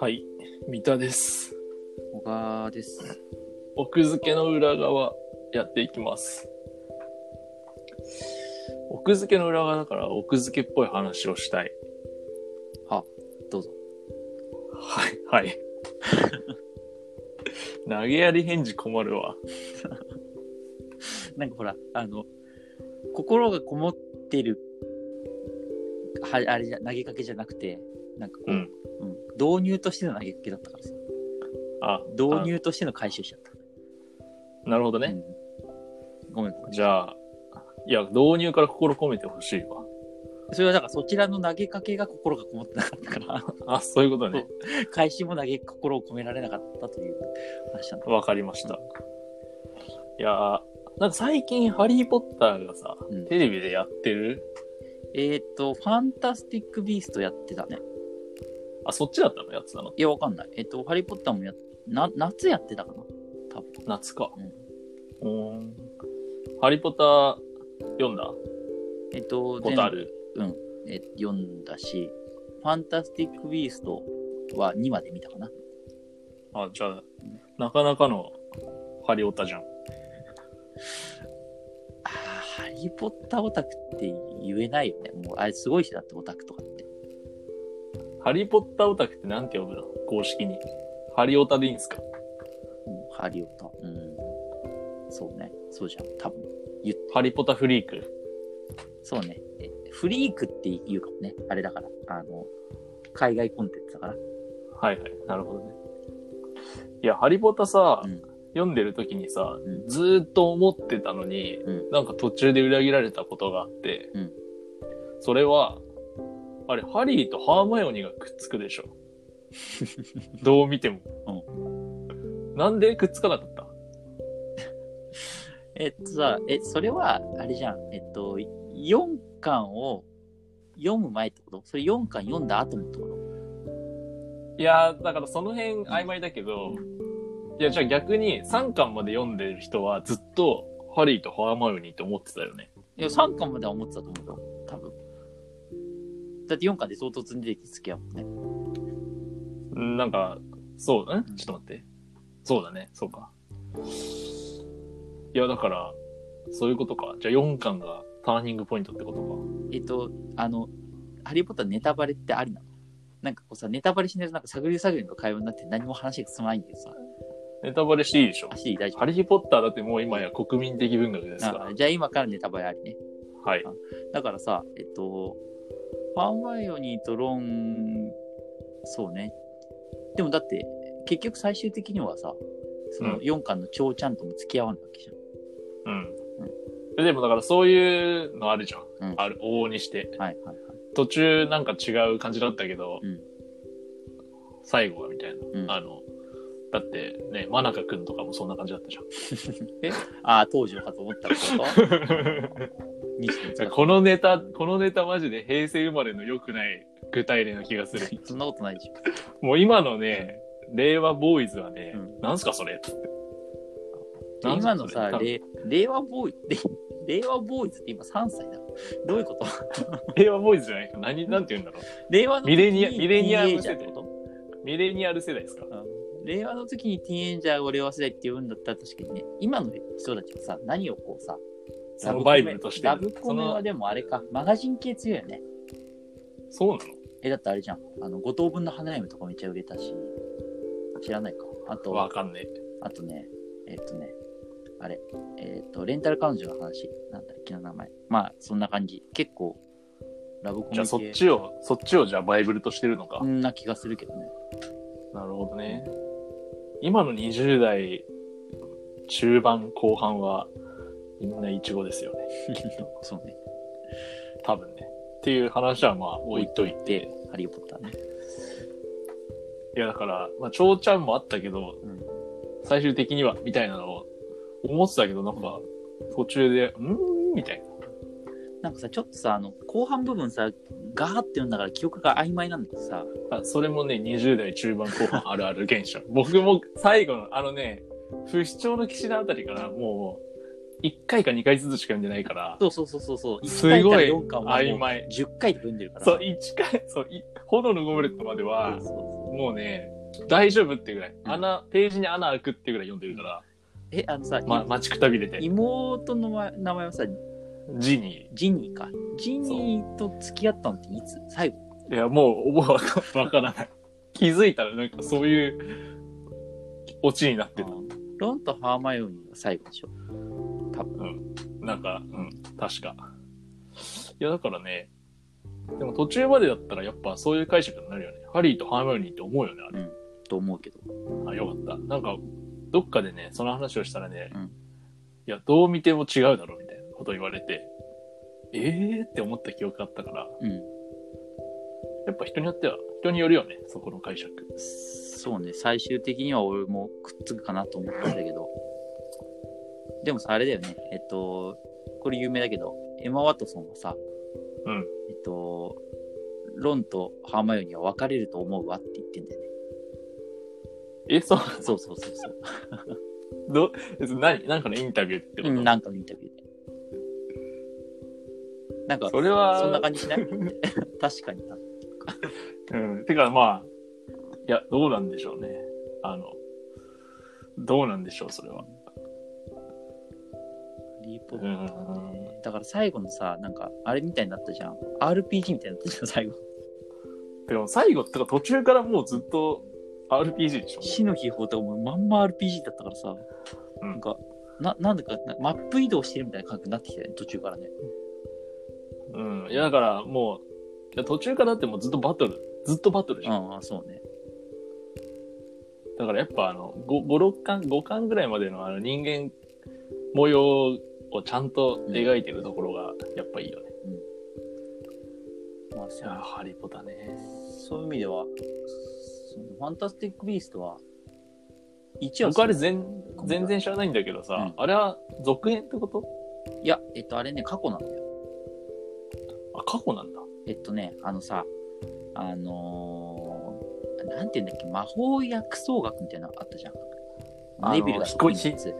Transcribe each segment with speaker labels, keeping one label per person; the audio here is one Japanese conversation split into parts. Speaker 1: はい、三田です。
Speaker 2: 小川です。
Speaker 1: 奥付けの裏側やっていきます。奥付けの裏側だから奥付けっぽい話をしたい。
Speaker 2: は、どうぞ。
Speaker 1: はい、はい。 投げやり返事困るわ。
Speaker 2: なんかほら、あの、心がこもってる、はあれじゃ、投げかけじゃなくて、なんかこう、
Speaker 1: うん
Speaker 2: うん導入としての投げかけだったからさ、
Speaker 1: あ、
Speaker 2: 導入としての回収しちゃった。
Speaker 1: あなるほどね。
Speaker 2: うんごめんごめん。
Speaker 1: じゃあ、いや、導入から心込めてほしいわ。
Speaker 2: それはだからそちらの投げかけが心がこもってなかったから、
Speaker 1: あ、そういうことね。
Speaker 2: 返しも投げ心を込められなかったという話なんだ。
Speaker 1: わかりました。いやー、なんか最近ハリーポッターがさ、
Speaker 2: うん
Speaker 1: テレビでやってる
Speaker 2: えっ、と、ファンタスティック・ビーストやってたね。
Speaker 1: あ、そっちだったのやつだの
Speaker 2: いや、わかんない。えっ、と、ハリー・ポッターもや、な、夏やってたかな多分。
Speaker 1: 夏か。うーん。ハリポタ読んだ
Speaker 2: えっ、と、
Speaker 1: ことある
Speaker 2: え読んだし、ファンタスティック・ビーストは2まで見たかな。
Speaker 1: あ、じゃあ、なかなかのハリオタじゃん。
Speaker 2: ああ、ハリー・ポッターオタクって言えないよね。もう、あれすごい人だってオタクとかって。
Speaker 1: ハリーポッターオタクってなんて呼ぶの公式に。ハリオタでいいんですか
Speaker 2: うん、ハリオタ。うん。そうね。そうじゃん。多分。
Speaker 1: ハリポタフリーク。
Speaker 2: そうね。えフリークって言うかもね。あれだから。あの、海外コンテンツだから。
Speaker 1: はいはい。なるほどね。いや、ハリポタさ、
Speaker 2: うん
Speaker 1: 読んでる時にさ、
Speaker 2: うん
Speaker 1: ずーっと思ってたのに、
Speaker 2: うん
Speaker 1: なんか途中で裏切られたことがあって、
Speaker 2: うん
Speaker 1: それは、あれ、ハリーとハーマイオニーがくっつくで しょ。どう見ても。なんでくっつかなかった
Speaker 2: えっとさ、え、それは、あれじゃん。えっと、4巻を読む前ってことそれ4巻読んだ後のってこと
Speaker 1: いやー、だからその辺曖昧だけど、いや、じゃあ逆に3巻まで読んでる人はずっと、ハリーとハーマイオニーって思ってたよね。
Speaker 2: いや、3巻までは思ってたと思うよ。多分。だって4巻で唐突に出てきて好きやもんね。
Speaker 1: うんなんか、そうだね
Speaker 2: う。ん
Speaker 1: ちょっと待って。そうだね。そうか。いや、だから、そういうことか。じゃあ4巻がターニングポイントってことか。
Speaker 2: えっと、あの、ハリー・ポッターネタバレってありなのなんかこうさ、ネタバレしないとなんか探り探りの会話になって何も話が進まないんでさ。
Speaker 1: ネタバレしていいでしょ
Speaker 2: 足で大丈
Speaker 1: ハリー・ポッターだってもう今や国民的文学ですか
Speaker 2: 夫あじゃあ今からネタバレありね。
Speaker 1: ら。はい。
Speaker 2: だからさ、えっと、ファンマイオニーとロン、そうね。でもだって、結局最終的にはさ、その
Speaker 1: うん
Speaker 2: 4巻の長ちゃんとも付き合わないわけじゃん。
Speaker 1: うん。でもだからそういうのあるじゃん。
Speaker 2: うん
Speaker 1: ある、往々にして。
Speaker 2: はいはいはい。
Speaker 1: 途中なんか違う感じだったけど、
Speaker 2: うん
Speaker 1: 最後はみたいな。
Speaker 2: うん、
Speaker 1: あの、だってね、真中くんとかもそんな感じだったじゃん。
Speaker 2: ああ、東條かと思ったってこと 西野
Speaker 1: じゃあ
Speaker 2: 塚
Speaker 1: このネタ、このネタマジで平成生まれの良くない具体例な気がす る。
Speaker 2: そんなことないでしょ。
Speaker 1: もう今のね、令和ボーイズはね、
Speaker 2: うん
Speaker 1: なんすかそれっつって。なんす
Speaker 2: 今
Speaker 1: か
Speaker 2: の
Speaker 1: それ
Speaker 2: さ、れ令和ボーイ、 れ令和ボーイズって今3歳だろ。どういうこと
Speaker 1: 令和ボーイズじゃないか。何、なんて言うんだろう。
Speaker 2: 令和の時に
Speaker 1: ミレニアミレニアム
Speaker 2: ティーンエイジャーってこと
Speaker 1: ミレニアル世代ですか
Speaker 2: うん令和の時にティーンエイジャーを令和世代って言うんだったら確かにね、今の人たちはさ、何をこうさ、
Speaker 1: その
Speaker 2: コメ
Speaker 1: バイブルとして
Speaker 2: ラブコメ
Speaker 1: そ
Speaker 2: は
Speaker 1: の
Speaker 2: でもあれか、マガジン系強いよね。
Speaker 1: そうなの
Speaker 2: え、だってあれじゃん。あの、五等分の花嫁とかめっちゃ売れたし、知らないか。あと、
Speaker 1: わかんね
Speaker 2: あとね、えっとね、あれ、えっと、レンタル彼女の話、なんだっけな名前。まあ、そんな感じ。結構、ラブコ
Speaker 1: え。じゃ
Speaker 2: メ
Speaker 1: あそっ
Speaker 2: 系
Speaker 1: ちを、そっちをじゃあバイブルとしてるのか。
Speaker 2: な気がするけどね。
Speaker 1: なるほどね。今の20代中盤後半はみんなイチゴですよね。
Speaker 2: そうね。
Speaker 1: 多分ね。っていう話はまあ置いといて。
Speaker 2: で、ハリー・ポッターね。
Speaker 1: いやだから、まあ、ちょうちゃんもあったけど、
Speaker 2: うん
Speaker 1: 最終的には、みたいなのを思ってたけど、なんか、途中で、うーん、みたいな。
Speaker 2: なんかさ、ちょっとさ、あの、後半部分さ、ガーって読んだから記憶が曖昧なんだけどさ、
Speaker 1: あそれもね、20代中盤後半あるある現象。僕も最後の、あのね、不死鳥の騎士団あたりからもう、 1回か2回ずつしか読んでないから、
Speaker 2: そうそうそうそうそう。
Speaker 1: す
Speaker 2: 1
Speaker 1: ご
Speaker 2: 回から
Speaker 1: い
Speaker 2: 4巻は
Speaker 1: 曖
Speaker 2: もう
Speaker 1: 昧。
Speaker 2: 10回とか読んでるから。
Speaker 1: そう、一回、そう、い炎のゴブレットまでは
Speaker 2: そう、そう
Speaker 1: もうね、大丈夫っていうぐらい、
Speaker 2: ん
Speaker 1: 穴、ページに穴開くっていうぐらい読んでるから、
Speaker 2: え、あのさ、
Speaker 1: ま、待ちくたびれて、
Speaker 2: 妹のま名前はさ、
Speaker 1: ジニ
Speaker 2: ジニーか。ジニーと付き合ったのっていつ最後。
Speaker 1: ー。いや、もう、もうわかわからない。気づいたら、なんかそういう、オチになってた。
Speaker 2: ロンとハーマイオニーが最後でしょ。多分。
Speaker 1: なんか、うん、確か。いや、だからね、でも途中までだったらやっぱそういう解釈になるよね。ハリーとハーマイオニーって思うよね、あれ。
Speaker 2: と思うけど。
Speaker 1: あ、よかった。なんか、どっかでね、その話をしたらね、
Speaker 2: うん
Speaker 1: いや、どう見ても違うだろ、みたいなこと言われて、えーって思った記憶があったから、
Speaker 2: うん。
Speaker 1: やっぱ人によっては、人によるよね、そこの解釈。
Speaker 2: そうね、最終的には俺もくっつくかなと思ったんだけど。でもさ、あれだよね。えっと、これ有名だけど、エマ・ワトソンはさ、
Speaker 1: うん。
Speaker 2: えっと、ロンとハーマイオニーは別れると思うわって言って んだよね。
Speaker 1: え、そう、
Speaker 2: そうそうそうそう。
Speaker 1: ど、何なんかのインタビューってこと、
Speaker 2: うん、なんかのインタビューで。なんか、
Speaker 1: それは、
Speaker 2: そんな感じしない 確かにな。
Speaker 1: うん。てか、まあ、いや、どうなんでしょうね。あの、どうなんでしょう、それは。
Speaker 2: ハリーポッターね。だから最後のさ、なんか、あれみたいになったじゃん。RPG みたいになったじゃん、最後。
Speaker 1: でも最後ってか途中からもうずっと RPG でしょ
Speaker 2: 死の秘宝とかもうまんま RPG だったからさ、
Speaker 1: うん
Speaker 2: なんか、な、なんだか、なマップ移動してるみたいな感覚になってきたよね、途中からね。
Speaker 1: うん。いや、だからもう、いや途中からだってもうずっとバトル、ずっとバトルじ
Speaker 2: う
Speaker 1: ゃん。
Speaker 2: ん、うんそうね。
Speaker 1: だからやっぱあの、5、6巻、5巻ぐらいまでのあの人間模様をちゃんと描いてるところがやっぱいいよね。
Speaker 2: まあ、
Speaker 1: い
Speaker 2: そ
Speaker 1: やー、
Speaker 2: う
Speaker 1: ハリポタね。
Speaker 2: そういう意味では、そのファンタスティック・ビーストは、一話
Speaker 1: 僕あれ全、全然知らないんだけどさ、
Speaker 2: うん
Speaker 1: あれは続編ってこと
Speaker 2: いや、えっと、あれね、過去なんだよ。
Speaker 1: あ、過去なんだ。
Speaker 2: えっとね、あのさ、あのー、なんて言うんだっけ、魔法薬草学みたいなのあったじゃん。
Speaker 1: あの
Speaker 2: ネビルが
Speaker 1: ひこ
Speaker 2: 得意なやつ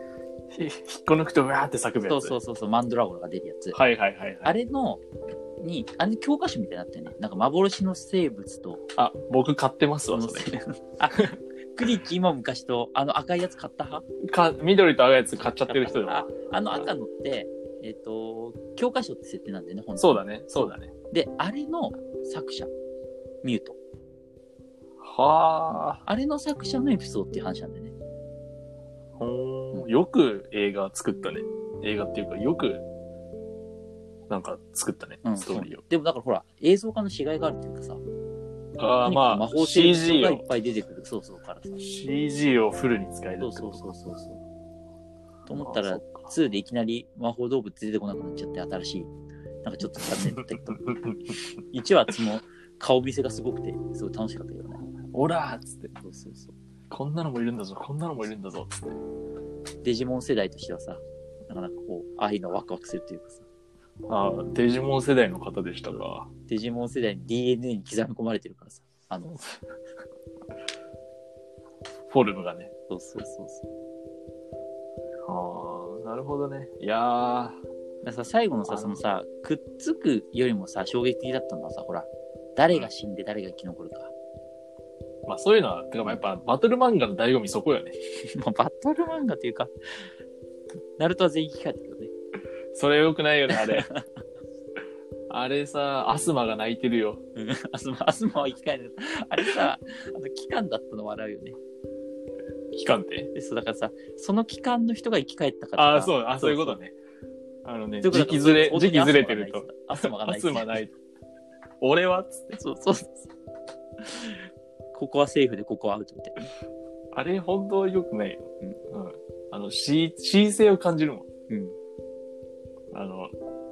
Speaker 1: ひ引っこ抜くとうわーって叫ぶやつ。
Speaker 2: そうそうそうそう、マンドラゴラが出るやつ。
Speaker 1: はいはいはい、はい。
Speaker 2: あれの、に、あれの教科書みたいになってるね。なんか幻の生物と、
Speaker 1: あ、僕買ってます
Speaker 2: そ
Speaker 1: わ、
Speaker 2: の
Speaker 1: それ。
Speaker 2: あ、クリッチ今昔と、あの赤いやつ買った派
Speaker 1: か、緑と青いやつ買っちゃってる人で
Speaker 2: あ
Speaker 1: も。
Speaker 2: あの赤のって、えっ、と、教科書って設定なんだよね、本当に
Speaker 1: そうだね、そうだね。
Speaker 2: で、あれの作者、ミュート。
Speaker 1: はあ。
Speaker 2: あれの作者のエピソードっていう話なんだよね。
Speaker 1: ほーよく映画作ったね。映画っていうか、よく、なんか作ったね、
Speaker 2: うん、
Speaker 1: ストーリーを
Speaker 2: そう。でもだからほら、映像化のしがいがあるっていうかさ、
Speaker 1: あ
Speaker 2: と
Speaker 1: あ、
Speaker 2: に
Speaker 1: ま
Speaker 2: かく魔
Speaker 1: あ、
Speaker 2: 法生物
Speaker 1: CG
Speaker 2: がいっ
Speaker 1: を、
Speaker 2: ぱい出てくる。そうそうからさ。
Speaker 1: CG をフルに使えるって
Speaker 2: そう
Speaker 1: こと
Speaker 2: そうそうそうそう。と思った
Speaker 1: あ
Speaker 2: ら
Speaker 1: そ、っか
Speaker 2: 2でいきなり魔法動物出てこなくなっちゃって、新しい。なんかちょっと残念だったけど、1話その顔見せがすごくて、すごい楽しかったけどね。
Speaker 1: オラーっつって、
Speaker 2: そうそうそう。
Speaker 1: こんなのもいるんだぞ、こんなのもいるんだぞ、つって。
Speaker 2: デジモン世代としてはさ、なかなかこう、ああいうのワクワクするというかさ、
Speaker 1: ああ、デジモン世代の方でしたか。
Speaker 2: デジモン世代に DNA に刻み込まれてるからさ、あの、
Speaker 1: フォルムがね。
Speaker 2: そうそうそうそう。
Speaker 1: ああ、なるほどね。いやー、
Speaker 2: だからさ最後のさ、そのさ、くっつくよりもさ、衝撃的だったのはさ、ほら、誰が死んで誰が生き残るか。
Speaker 1: まあそういうのは、てかまあやっぱバトル漫画の醍醐味そこよね。
Speaker 2: まあ、バトル漫画というか、ナルトは全員生き返ったけどね。
Speaker 1: それ良くないよね、あれ。 あれさ、アスマが泣いてるよ。
Speaker 2: うん、アスマ、アスマは生き返る。あれさ、あの、期間だったの笑うよね。
Speaker 1: 期間って。
Speaker 2: でそう、だからさ、その期間の人が生き返ったからさ。
Speaker 1: ああ、そう、あそういうこと
Speaker 2: ね。
Speaker 1: ね。あのね、
Speaker 2: ということ
Speaker 1: 時期
Speaker 2: だ
Speaker 1: ずれ、
Speaker 2: 本当
Speaker 1: 時
Speaker 2: に
Speaker 1: 期ずれてると。
Speaker 2: アスマがな
Speaker 1: ア
Speaker 2: い。
Speaker 1: スマない。俺はつって。
Speaker 2: そうそうそう。ここはセーフで、ここはアウトみたいな。
Speaker 1: あれ、本当良くないよ。
Speaker 2: う
Speaker 1: うん。あの、C、C 性を感じるもん。
Speaker 2: うん。
Speaker 1: あの、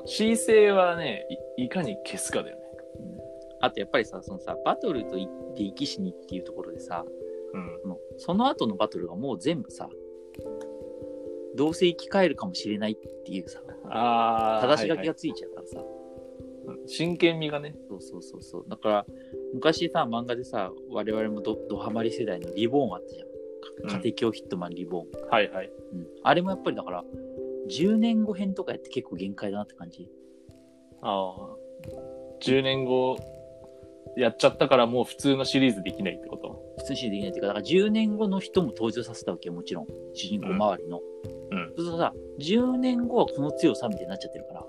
Speaker 1: C 性はね、いいかに消すかだよね。
Speaker 2: あとやっぱりさ、そのさ、バトルといで生き死にっていうところでさ、
Speaker 1: うん。
Speaker 2: そのその後のバトルがもう全部さ、どうせ生き返るかもしれないっていうさ、
Speaker 1: ああ、
Speaker 2: 正し書
Speaker 1: は
Speaker 2: き
Speaker 1: いは
Speaker 2: が
Speaker 1: い
Speaker 2: ついちゃうからさ、
Speaker 1: うん真剣味がね。
Speaker 2: そうそうそうそう。だから、昔さ、漫画でさ、我々もどドハマり世代のリボーンあったじゃん。
Speaker 1: うん
Speaker 2: 家庭教ヒットマンリボーン。
Speaker 1: はいはい。
Speaker 2: うんあれもやっぱりだから、 10年後編とかやって結構限界だなって感じ。
Speaker 1: ああ。10年後、やっちゃったからもう普通のシリーズできないってこと
Speaker 2: 普通にできないっていうか、だから10年後の人も登場させたわけよ、もちろん。主人公周りの。
Speaker 1: うんうん
Speaker 2: そうするとさ、10年後はこの強さみたいになっちゃってるから。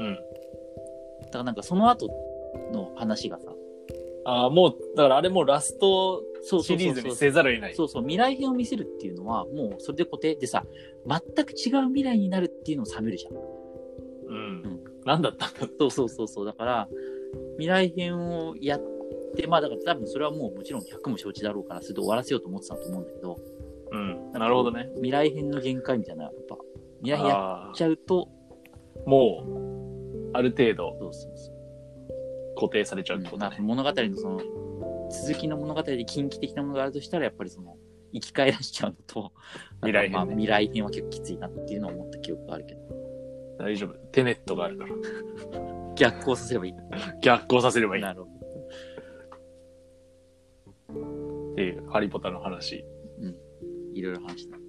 Speaker 1: うん。
Speaker 2: だからなんかその後の話がさ、
Speaker 1: ああ、もう、だからあれもラスト
Speaker 2: そうそ
Speaker 1: シ
Speaker 2: う
Speaker 1: リ
Speaker 2: そ
Speaker 1: ー
Speaker 2: う
Speaker 1: ズ
Speaker 2: そ
Speaker 1: に
Speaker 2: う。
Speaker 1: せざるを得ない。
Speaker 2: そうそう、未来編を見せるっていうのは、もうそれで固定でさ、全く違う未来になるっていうのを冷めるじゃん。
Speaker 1: うん。なんだったんだろう
Speaker 2: そうそうそうそう、だから、未来編をやって、まあだから多分それはもうもちろん100も承知だろうから、それで終わらせようと思ってたと思うんだけど、
Speaker 1: うん。なるほどね。
Speaker 2: 未来編の限界みたいな、やっぱ、未来編や
Speaker 1: あ
Speaker 2: っ
Speaker 1: あ
Speaker 2: ちゃうと、
Speaker 1: もう、ある程度
Speaker 2: そうそうそう
Speaker 1: 固定されちゃうって
Speaker 2: う
Speaker 1: こ
Speaker 2: ん
Speaker 1: と
Speaker 2: なんか
Speaker 1: ね。
Speaker 2: 物語のその、続きの物語で近畿的なものがあるとしたら、やっぱりその、生き返らしちゃうの と、
Speaker 1: 未来編ね
Speaker 2: なんかまあ未来編は結構きついなっていうのを思った記憶があるけど、
Speaker 1: 大丈夫。テネットがあるから。
Speaker 2: 逆行させればいい。
Speaker 1: 逆行させればいいっ
Speaker 2: なるほど。
Speaker 1: ていう、ハリポタの話。
Speaker 2: いろいろ話した。